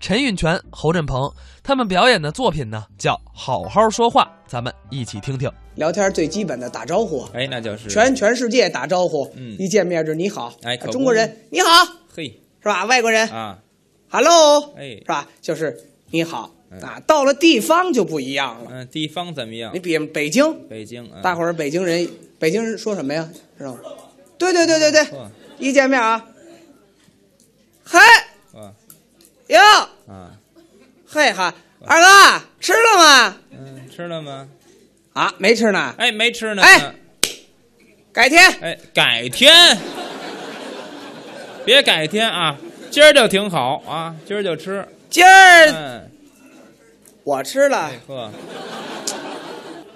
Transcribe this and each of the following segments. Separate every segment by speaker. Speaker 1: 陈运泉、侯振鹏，他们表演的作品呢叫《好好说话》，咱们一起听听。
Speaker 2: 聊天最基本的打招呼，
Speaker 3: 哎，那就是
Speaker 2: 全全世界打招呼，
Speaker 3: 嗯
Speaker 2: 一见面就是你好，
Speaker 3: 哎可不
Speaker 2: 中国人你好
Speaker 3: 嘿
Speaker 2: 是吧？外国人、
Speaker 3: 啊，
Speaker 2: hello，
Speaker 3: 哎
Speaker 2: 是吧？就是你好、
Speaker 3: 嗯
Speaker 2: 啊。到了地方就不一样了，
Speaker 3: 嗯、地方怎么样
Speaker 2: 你？比北京，
Speaker 3: 北京啊，
Speaker 2: 大伙儿北京人，北京人说什么呀？知道吗？对对对对对，
Speaker 3: 哇
Speaker 2: 一见面啊，嘿
Speaker 3: 哇
Speaker 2: 哟，
Speaker 3: 啊，
Speaker 2: 嘿哈，二哥吃了吗？
Speaker 3: 嗯，吃了吗？
Speaker 2: 啊，没吃呢，
Speaker 3: 哎，没吃呢。
Speaker 2: 哎改天。
Speaker 3: 哎，改天，别改天啊，今儿就挺好啊，今儿就吃。
Speaker 2: 今儿
Speaker 3: 嗯，
Speaker 2: 我吃了。
Speaker 3: 哎呵，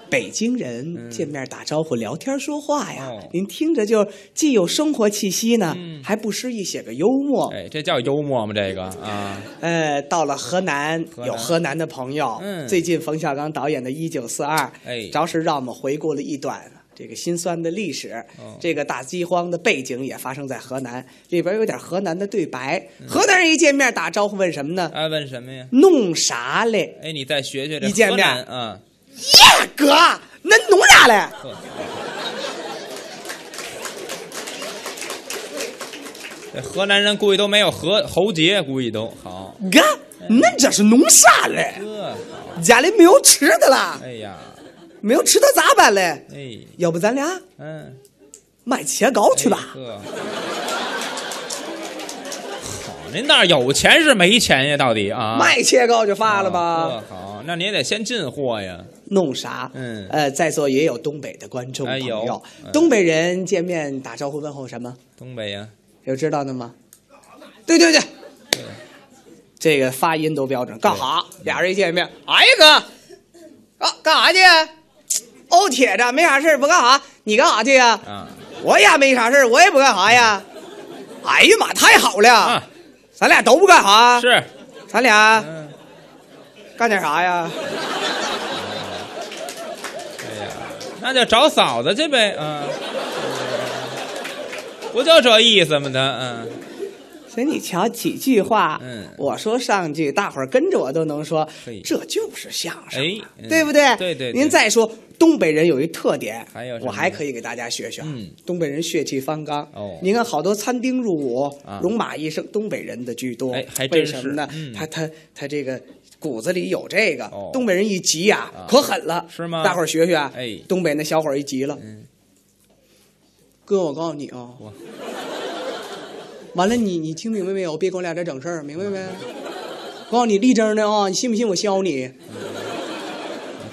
Speaker 2: 北京人
Speaker 3: 嗯
Speaker 2: 见面打招呼、聊天说话呀，
Speaker 3: 哦
Speaker 2: 您听着就既有生活气息呢，
Speaker 3: 嗯
Speaker 2: 还不失意写个幽默。
Speaker 3: 哎，这叫幽默吗？这个啊，
Speaker 2: 呃，到了河南，
Speaker 3: 河南
Speaker 2: 有河南的朋友，
Speaker 3: 嗯
Speaker 2: 最近冯小刚导演的《一九四二》，
Speaker 3: 哎
Speaker 2: 着实让我们回顾了一段。这个辛酸的历史，
Speaker 3: 哦
Speaker 2: 这个大饥荒的背景也发生在河南，里边有点河南的对白。
Speaker 3: 嗯
Speaker 2: 河南人一见面打招呼问什么呢？
Speaker 3: 哎，问什么呀？
Speaker 2: 弄啥嘞？
Speaker 3: 哎，你再学学这
Speaker 2: 一见面
Speaker 3: 河南啊，
Speaker 2: 耶，哥，那弄啥嘞？
Speaker 3: 呵，这河南人估计都没有河喉结，估计都好。
Speaker 2: 哥，恁这是弄啥嘞？
Speaker 3: 呵，
Speaker 2: 家里没有吃的啦，
Speaker 3: 哎呀，
Speaker 2: 没有吃的咋办嘞？
Speaker 3: 哎，
Speaker 2: 要不咱俩
Speaker 3: 嗯，
Speaker 2: 卖切糕去
Speaker 3: 哎
Speaker 2: 吧？
Speaker 3: 呵，好，您那儿有钱是没钱呀？到底啊？
Speaker 2: 卖切糕就发了吧？
Speaker 3: 呵好，那您也得先进货呀。
Speaker 2: 弄啥？
Speaker 3: 嗯
Speaker 2: 呃，在座也有东北的观众
Speaker 3: 哎
Speaker 2: 朋
Speaker 3: 有
Speaker 2: 友，
Speaker 3: 嗯
Speaker 2: 东北人见面打招呼问候什么？
Speaker 3: 东北呀，
Speaker 2: 有知道的吗？对对对，这个发音都标准。干哈？俩人一见面，哎呀哥，啊干啥去？欧铁着没啥事儿不干啥？你干啥去呀？
Speaker 3: 啊
Speaker 2: 我也没啥事儿我也不干啥呀。哎呀妈，太好了！
Speaker 3: 啊，
Speaker 2: 咱俩都不干啥，
Speaker 3: 是，
Speaker 2: 咱俩
Speaker 3: 嗯，
Speaker 2: 干点啥呀？
Speaker 3: 那就找嫂子去呗，啊，不就这意思吗？他，嗯。
Speaker 2: 所以你瞧几句话，
Speaker 3: 嗯
Speaker 2: 我说上句，大伙儿跟着我都能说
Speaker 3: 嘿，
Speaker 2: 这就是相声啊，
Speaker 3: 哎嗯
Speaker 2: 对不对？
Speaker 3: 对对对
Speaker 2: 您再说东北人有一特点，
Speaker 3: 还有什么
Speaker 2: 我还可以给大家学学啊。
Speaker 3: 嗯
Speaker 2: 东北人血气方刚。
Speaker 3: 哦
Speaker 2: 您看好多参丁入伍
Speaker 3: 啊，
Speaker 2: 戎马一生，东北人的居多。
Speaker 3: 哎还真
Speaker 2: 为什么呢
Speaker 3: 是嗯？
Speaker 2: 他他他这个。骨子里有这个
Speaker 3: 哦，
Speaker 2: 东北人一急呀
Speaker 3: 啊，
Speaker 2: 可狠了，
Speaker 3: 是吗
Speaker 2: 大伙儿学学啊，
Speaker 3: 哎
Speaker 2: 东北那小伙儿一急了，
Speaker 3: 嗯
Speaker 2: 哥，我告诉你啊
Speaker 3: 我，
Speaker 2: 完了你你听明白没有？别跟我俩这整事儿，明白没？告诉你力争的啊，你信不信我削你？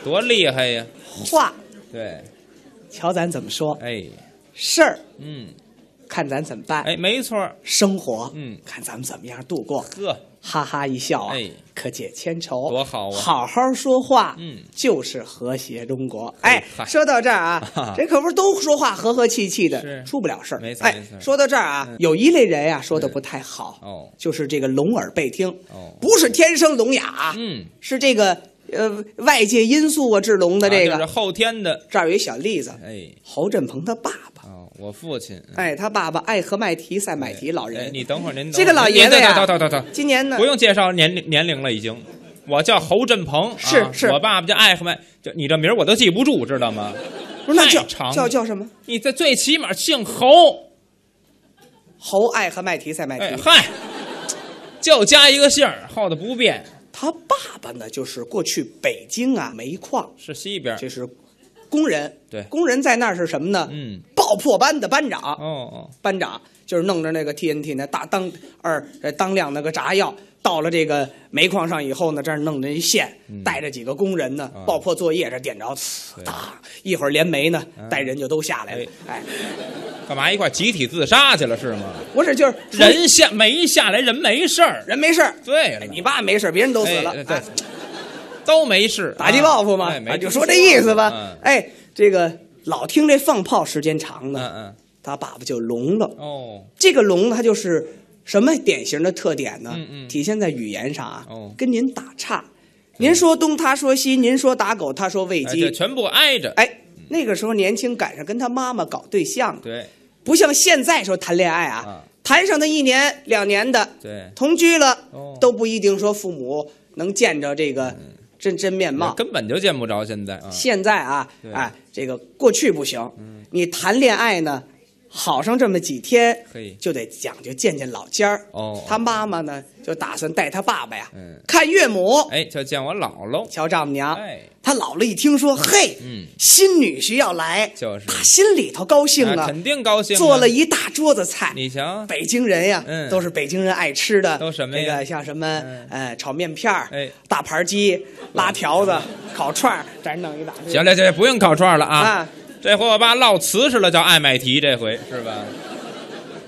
Speaker 3: 多厉害呀！
Speaker 2: 话，
Speaker 3: 对，
Speaker 2: 瞧咱怎么说；
Speaker 3: 哎，
Speaker 2: 事儿，
Speaker 3: 嗯，
Speaker 2: 看咱怎么办；
Speaker 3: 哎，没错儿，
Speaker 2: 生活，
Speaker 3: 嗯
Speaker 2: 看咱们怎么样度过。
Speaker 3: 呵，
Speaker 2: 哈哈一笑啊，
Speaker 3: 哎
Speaker 2: 可解千愁，
Speaker 3: 多好啊
Speaker 2: 好好说话，
Speaker 3: 嗯
Speaker 2: 就是和谐中国。哎
Speaker 3: 嗨，
Speaker 2: 说到这儿
Speaker 3: 哈
Speaker 2: 啊
Speaker 3: 哈，
Speaker 2: 这可不是都说话和和气气的，
Speaker 3: 是
Speaker 2: 出不了事儿。
Speaker 3: 没错
Speaker 2: 哎
Speaker 3: 没错，嗯
Speaker 2: 说到这儿啊，有一类人呀，说的不太好，
Speaker 3: 哦
Speaker 2: 就是这个聋耳背听，
Speaker 3: 哦
Speaker 2: 不是天生聋哑，啊
Speaker 3: 嗯，
Speaker 2: 是这个呃外界因素啊致聋的这
Speaker 3: 啊
Speaker 2: 个。
Speaker 3: 是后天的，
Speaker 2: 这儿有一小例子，
Speaker 3: 哎，
Speaker 2: 侯振鹏他爸爸，
Speaker 3: 哦，我父亲，
Speaker 2: 哎，他爸爸艾合麦提塞买提老
Speaker 3: 哎
Speaker 2: 人，
Speaker 3: 你等会儿您
Speaker 2: 这个老爷子呀
Speaker 3: 等等等等，
Speaker 2: 今年呢
Speaker 3: 不用介绍年龄年龄了，已经。我叫侯振鹏，啊
Speaker 2: 是是
Speaker 3: 我爸爸叫艾克曼，就你这名儿我都记不住，知道吗？
Speaker 2: 不是那叫
Speaker 3: 太长了
Speaker 2: 叫叫什么？
Speaker 3: 你这最起码姓侯，
Speaker 2: 侯艾合麦提塞麦
Speaker 3: 哎
Speaker 2: 提，
Speaker 3: 嗨，就加一个姓儿，后头不变，
Speaker 2: 他爸爸呢，就是过去北京啊煤矿，
Speaker 3: 是西边儿。
Speaker 2: 这是工人，
Speaker 3: 哎对
Speaker 2: 工人在那儿是什么呢？
Speaker 3: 嗯，
Speaker 2: 爆破班的班长，
Speaker 3: 哦哦，
Speaker 2: 班长就是弄着那个 TNT 那大当二呃当量那个炸药到了这个煤矿上以后呢，这儿弄着一线，带着几个工人呢，
Speaker 3: 嗯啊
Speaker 2: 爆破作业这点着，呲
Speaker 3: 对
Speaker 2: 哒，一会儿连煤呢
Speaker 3: 嗯
Speaker 2: 带人就都下来了。哎，
Speaker 3: 干嘛一块儿集体自杀去了是吗？
Speaker 2: 不是就是
Speaker 3: 人下没下来，人没事儿。
Speaker 2: 人没事儿，
Speaker 3: 对
Speaker 2: 哎
Speaker 3: 了，
Speaker 2: 你爸没事儿，别人都死了，
Speaker 3: 哎
Speaker 2: 哎
Speaker 3: 对，都没事，
Speaker 2: 打击报复嘛，
Speaker 3: 哎没
Speaker 2: 啊
Speaker 3: 事
Speaker 2: 就说这意思吧
Speaker 3: 嗯。
Speaker 2: 哎，这个老听这放炮时间长
Speaker 3: 嗯
Speaker 2: 呢，
Speaker 3: 嗯，
Speaker 2: 他爸爸就聋了。
Speaker 3: 哦，
Speaker 2: 这个聋呢，它就是什么典型的特点呢？
Speaker 3: 嗯嗯
Speaker 2: 体现在语言上啊，
Speaker 3: 哦嗯
Speaker 2: 跟您打岔，您说东，他说西，您说打狗，他说喂
Speaker 3: 哎这
Speaker 2: 鸡，
Speaker 3: 全部挨着，
Speaker 2: 哎。那个时候年轻，赶上跟他妈妈搞对象，
Speaker 3: 对，
Speaker 2: 不像现在说谈恋爱啊，
Speaker 3: 啊
Speaker 2: 谈上的一年两年的，
Speaker 3: 对，
Speaker 2: 同居了
Speaker 3: 哦，嗯
Speaker 2: 都不一定说父母能见着这个真真面貌。
Speaker 3: 根本就见不着现在啊。
Speaker 2: 现在啊，
Speaker 3: 对嗯
Speaker 2: 哎，这个过去不行，你谈恋爱呢，好上这么几天
Speaker 3: 嘿，
Speaker 2: 就得讲究见见老家儿。
Speaker 3: 哦
Speaker 2: 他妈妈呢就打算带他爸爸呀
Speaker 3: 嗯
Speaker 2: 看岳母，
Speaker 3: 哎，就见我姥姥。
Speaker 2: 瞧丈母娘。
Speaker 3: 哎，
Speaker 2: 他姥姥一听说，嘿，
Speaker 3: 嗯
Speaker 2: 新女婿要来，
Speaker 3: 就是
Speaker 2: 他心里头高兴
Speaker 3: 啊
Speaker 2: 啊，
Speaker 3: 肯定高兴啊。
Speaker 2: 做了一大桌子菜。
Speaker 3: 你瞧，
Speaker 2: 北京人呀，
Speaker 3: 嗯
Speaker 2: 都是北京人爱吃的，
Speaker 3: 都什么呀
Speaker 2: 那个像什么，
Speaker 3: 嗯
Speaker 2: 呃，炒面片儿，
Speaker 3: 哎
Speaker 2: 大盘鸡、拉条子、烤串儿，这儿弄一大堆。
Speaker 3: 行了，行了，不用烤串了啊。
Speaker 2: 啊
Speaker 3: 这回我爸唠瓷实了，叫爱买提，这回是吧？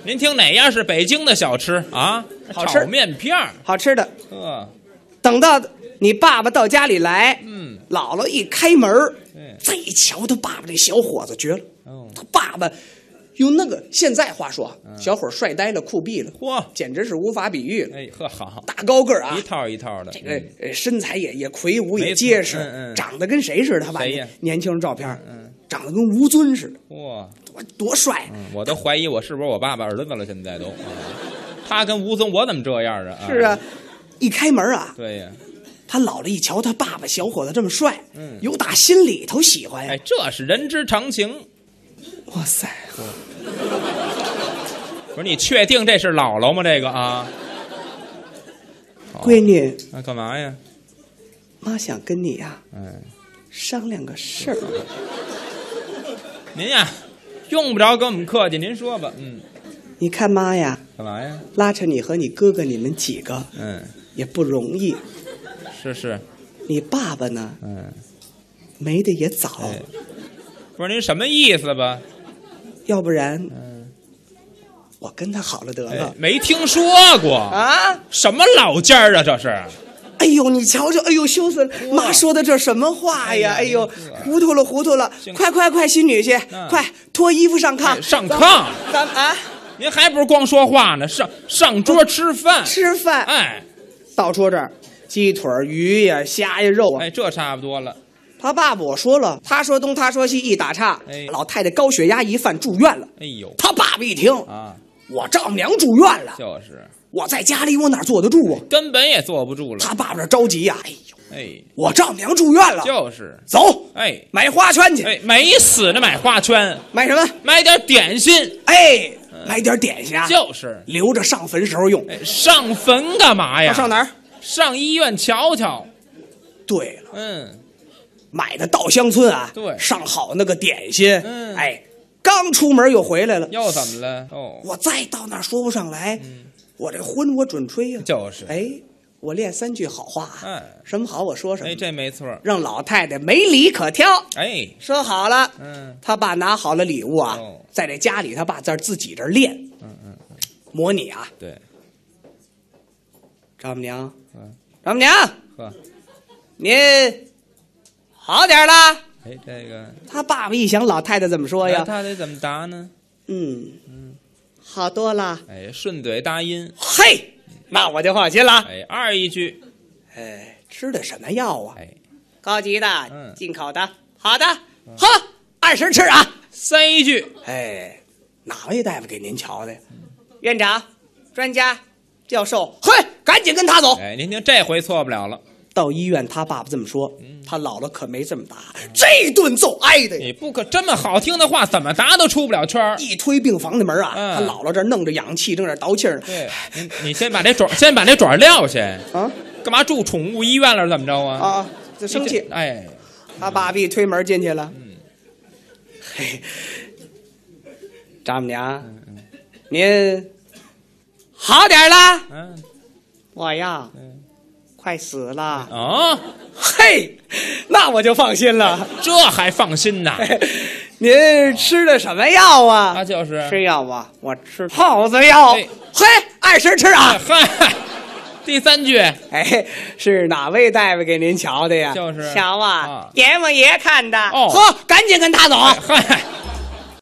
Speaker 3: 您听哪样是北京的小吃啊？
Speaker 2: 好吃
Speaker 3: 炒面片儿，
Speaker 2: 好吃的。
Speaker 3: 呵，
Speaker 2: 等到你爸爸到家里来，
Speaker 3: 嗯，
Speaker 2: 姥姥一开门儿
Speaker 3: 对
Speaker 2: 再一瞧他爸爸这小伙子绝了，
Speaker 3: 哦，
Speaker 2: 他爸爸用那个现在话说啊，小伙儿帅呆了，酷毙了，
Speaker 3: 嗯嚯，
Speaker 2: 简直是无法比喻了。
Speaker 3: 哎，呵，好，
Speaker 2: 大高个儿啊
Speaker 3: 一，套一套的，
Speaker 2: 这个呃身材也也魁梧，
Speaker 3: 嗯没
Speaker 2: 也
Speaker 3: 错
Speaker 2: 结实，
Speaker 3: 嗯嗯
Speaker 2: 长得跟谁似的？他把
Speaker 3: 谁呀
Speaker 2: 年轻人照片儿，长得跟吴尊似的，
Speaker 3: 嗯嚯，
Speaker 2: 多多帅！啊
Speaker 3: 嗯我都怀疑我是不是我爸爸儿子了，现在都。啊他跟吴宗，我怎么这样啊？
Speaker 2: 是啊，，一开门啊，
Speaker 3: 对呀，
Speaker 2: 他姥姥一瞧他爸爸小伙子这么帅，
Speaker 3: 嗯
Speaker 2: 有打心里头喜欢呀
Speaker 3: 哎，。这是人之常情。
Speaker 2: 哇塞！
Speaker 3: 不是你确定这是姥姥吗？这个啊，
Speaker 2: 闺女，
Speaker 3: 啊干嘛呀？
Speaker 2: 妈想跟你呀、
Speaker 3: 嗯，
Speaker 2: 商量个事儿。
Speaker 3: 您呀，用不着跟我们客气，您说吧。嗯，
Speaker 2: 你看妈呀，
Speaker 3: 干嘛呀？
Speaker 2: 拉扯你和你哥哥你们几个
Speaker 3: 嗯，
Speaker 2: 也不容易，
Speaker 3: 是是，
Speaker 2: 你爸爸呢
Speaker 3: 嗯，
Speaker 2: 没的也早，
Speaker 3: 哎不是您什么意思吧？
Speaker 2: 要不然
Speaker 3: 嗯，
Speaker 2: 我跟他好了得
Speaker 3: 哎
Speaker 2: 了、
Speaker 3: 没听说过，
Speaker 2: 啊！
Speaker 3: 什么老尖儿啊？这是，
Speaker 2: 哎呦，你瞧瞧，哎呦，羞死了！妈说的这什么话呀？哎
Speaker 3: 哎
Speaker 2: 呦
Speaker 3: 呀真是，啊
Speaker 2: 糊涂了，糊涂了！
Speaker 3: 幸
Speaker 2: 快快快，新女婿，
Speaker 3: 嗯
Speaker 2: 快脱衣服上炕，
Speaker 3: 哎上
Speaker 2: 咱
Speaker 3: 炕
Speaker 2: 咱啊，
Speaker 3: 您还不是光说话呢？上上桌吃饭，
Speaker 2: 吃饭。
Speaker 3: 哎
Speaker 2: 到桌这儿，鸡腿儿、鱼呀、虾呀、肉啊，
Speaker 3: 哎，这差不多了。
Speaker 2: 他爸爸我说了，他说东他说西一打岔，
Speaker 3: 哎
Speaker 2: 老太太高血压一犯住院了。
Speaker 3: 哎呦
Speaker 2: 他爸爸一听，
Speaker 3: 啊，
Speaker 2: 我丈母娘住院了，
Speaker 3: 就是
Speaker 2: 我在家里我哪坐得住啊？
Speaker 3: 根本也坐不住了。
Speaker 2: 他爸爸这着急呀、哎呦，
Speaker 3: 哎，
Speaker 2: 我丈母娘住院了，
Speaker 3: 就是，
Speaker 2: 走
Speaker 3: 哎
Speaker 2: 买花圈去，
Speaker 3: 哎，没死呢，买花圈，
Speaker 2: 买什么？
Speaker 3: 买点点心，
Speaker 2: 哎，买点点心啊，
Speaker 3: 嗯就是。
Speaker 2: 留着上坟时候用。
Speaker 3: 哎，上坟干嘛呀？
Speaker 2: 要上哪儿？
Speaker 3: 上医院瞧瞧。
Speaker 2: 对了，
Speaker 3: 嗯，
Speaker 2: 买的稻香村啊，
Speaker 3: 对
Speaker 2: 上好那个点心，
Speaker 3: 嗯
Speaker 2: 哎，刚出门又回来了，
Speaker 3: 又怎么了？哦，
Speaker 2: 我再到那儿说不上来，我这婚我准吹呀、
Speaker 3: 嗯就是
Speaker 2: 哎，我练三句好话，啊
Speaker 3: 哎
Speaker 2: 什么好我说什么，
Speaker 3: 哎，这没错儿。
Speaker 2: 让老太太没理可挑。
Speaker 3: 哎，
Speaker 2: 说好了，
Speaker 3: 嗯
Speaker 2: 他爸拿好了礼物啊，
Speaker 3: 哦嗯
Speaker 2: 在这家里他爸在自己这儿练，模拟啊，
Speaker 3: 对，
Speaker 2: 丈母娘，
Speaker 3: 嗯
Speaker 2: 丈母娘，
Speaker 3: 呵，
Speaker 2: 您好点儿啦？
Speaker 3: 哎，这个，
Speaker 2: 他爸爸一想老太太怎么说
Speaker 3: 那
Speaker 2: 呀，
Speaker 3: 他得怎么答呢？
Speaker 2: 嗯好多啦，
Speaker 3: 哎，顺嘴搭音。
Speaker 2: 嘿，那我就放心了。
Speaker 3: 哎，二一句，
Speaker 2: 哎，吃的什么药啊？
Speaker 3: 哎，
Speaker 2: 高级的
Speaker 3: 嗯，
Speaker 2: 进口的，好的，喝，按时吃啊。
Speaker 3: 三一句，
Speaker 2: 哎，哪位大夫给您瞧的呀？院长、专家、教授，嘿，赶紧跟他走。
Speaker 3: 哎，您听这回错不了了。
Speaker 2: 到医院，他爸爸这么说，他姥姥可没这么打，这顿揍挨的呀。
Speaker 3: 你不可这么好听的话，怎么答都出不了圈儿。
Speaker 2: 一推病房的门啊，
Speaker 3: 嗯
Speaker 2: 他姥姥这儿弄着氧气，正在倒气儿呢。
Speaker 3: 对，您你先把这爪，先把这爪撂下。
Speaker 2: 啊
Speaker 3: 干嘛住宠物医院了？是怎么着啊？
Speaker 2: 啊，就生
Speaker 3: 你
Speaker 2: 气
Speaker 3: 这。哎，
Speaker 2: 他爸爸一推门进去了，嘿，丈母娘，您好点儿啦？
Speaker 3: 嗯，
Speaker 2: 我呀
Speaker 3: 嗯，
Speaker 2: 快死了。
Speaker 3: 啊，
Speaker 2: 嘿，那我就放心了。
Speaker 3: 这还放心呐？
Speaker 2: 您吃的什么药
Speaker 3: 他
Speaker 2: 啊？
Speaker 3: 就是
Speaker 2: 吃药啊，我吃耗子药。
Speaker 3: 哎
Speaker 2: 嘿，按时吃
Speaker 3: 哎
Speaker 2: 啊。
Speaker 3: 嗨，第三句，
Speaker 2: 哎，是哪位大夫给您瞧的呀？
Speaker 3: 就是
Speaker 2: 瞧啊
Speaker 3: 啊，
Speaker 2: 阎王爷看的。
Speaker 3: 哦
Speaker 2: 呵，赶紧跟他走。啊
Speaker 3: 哎嗨，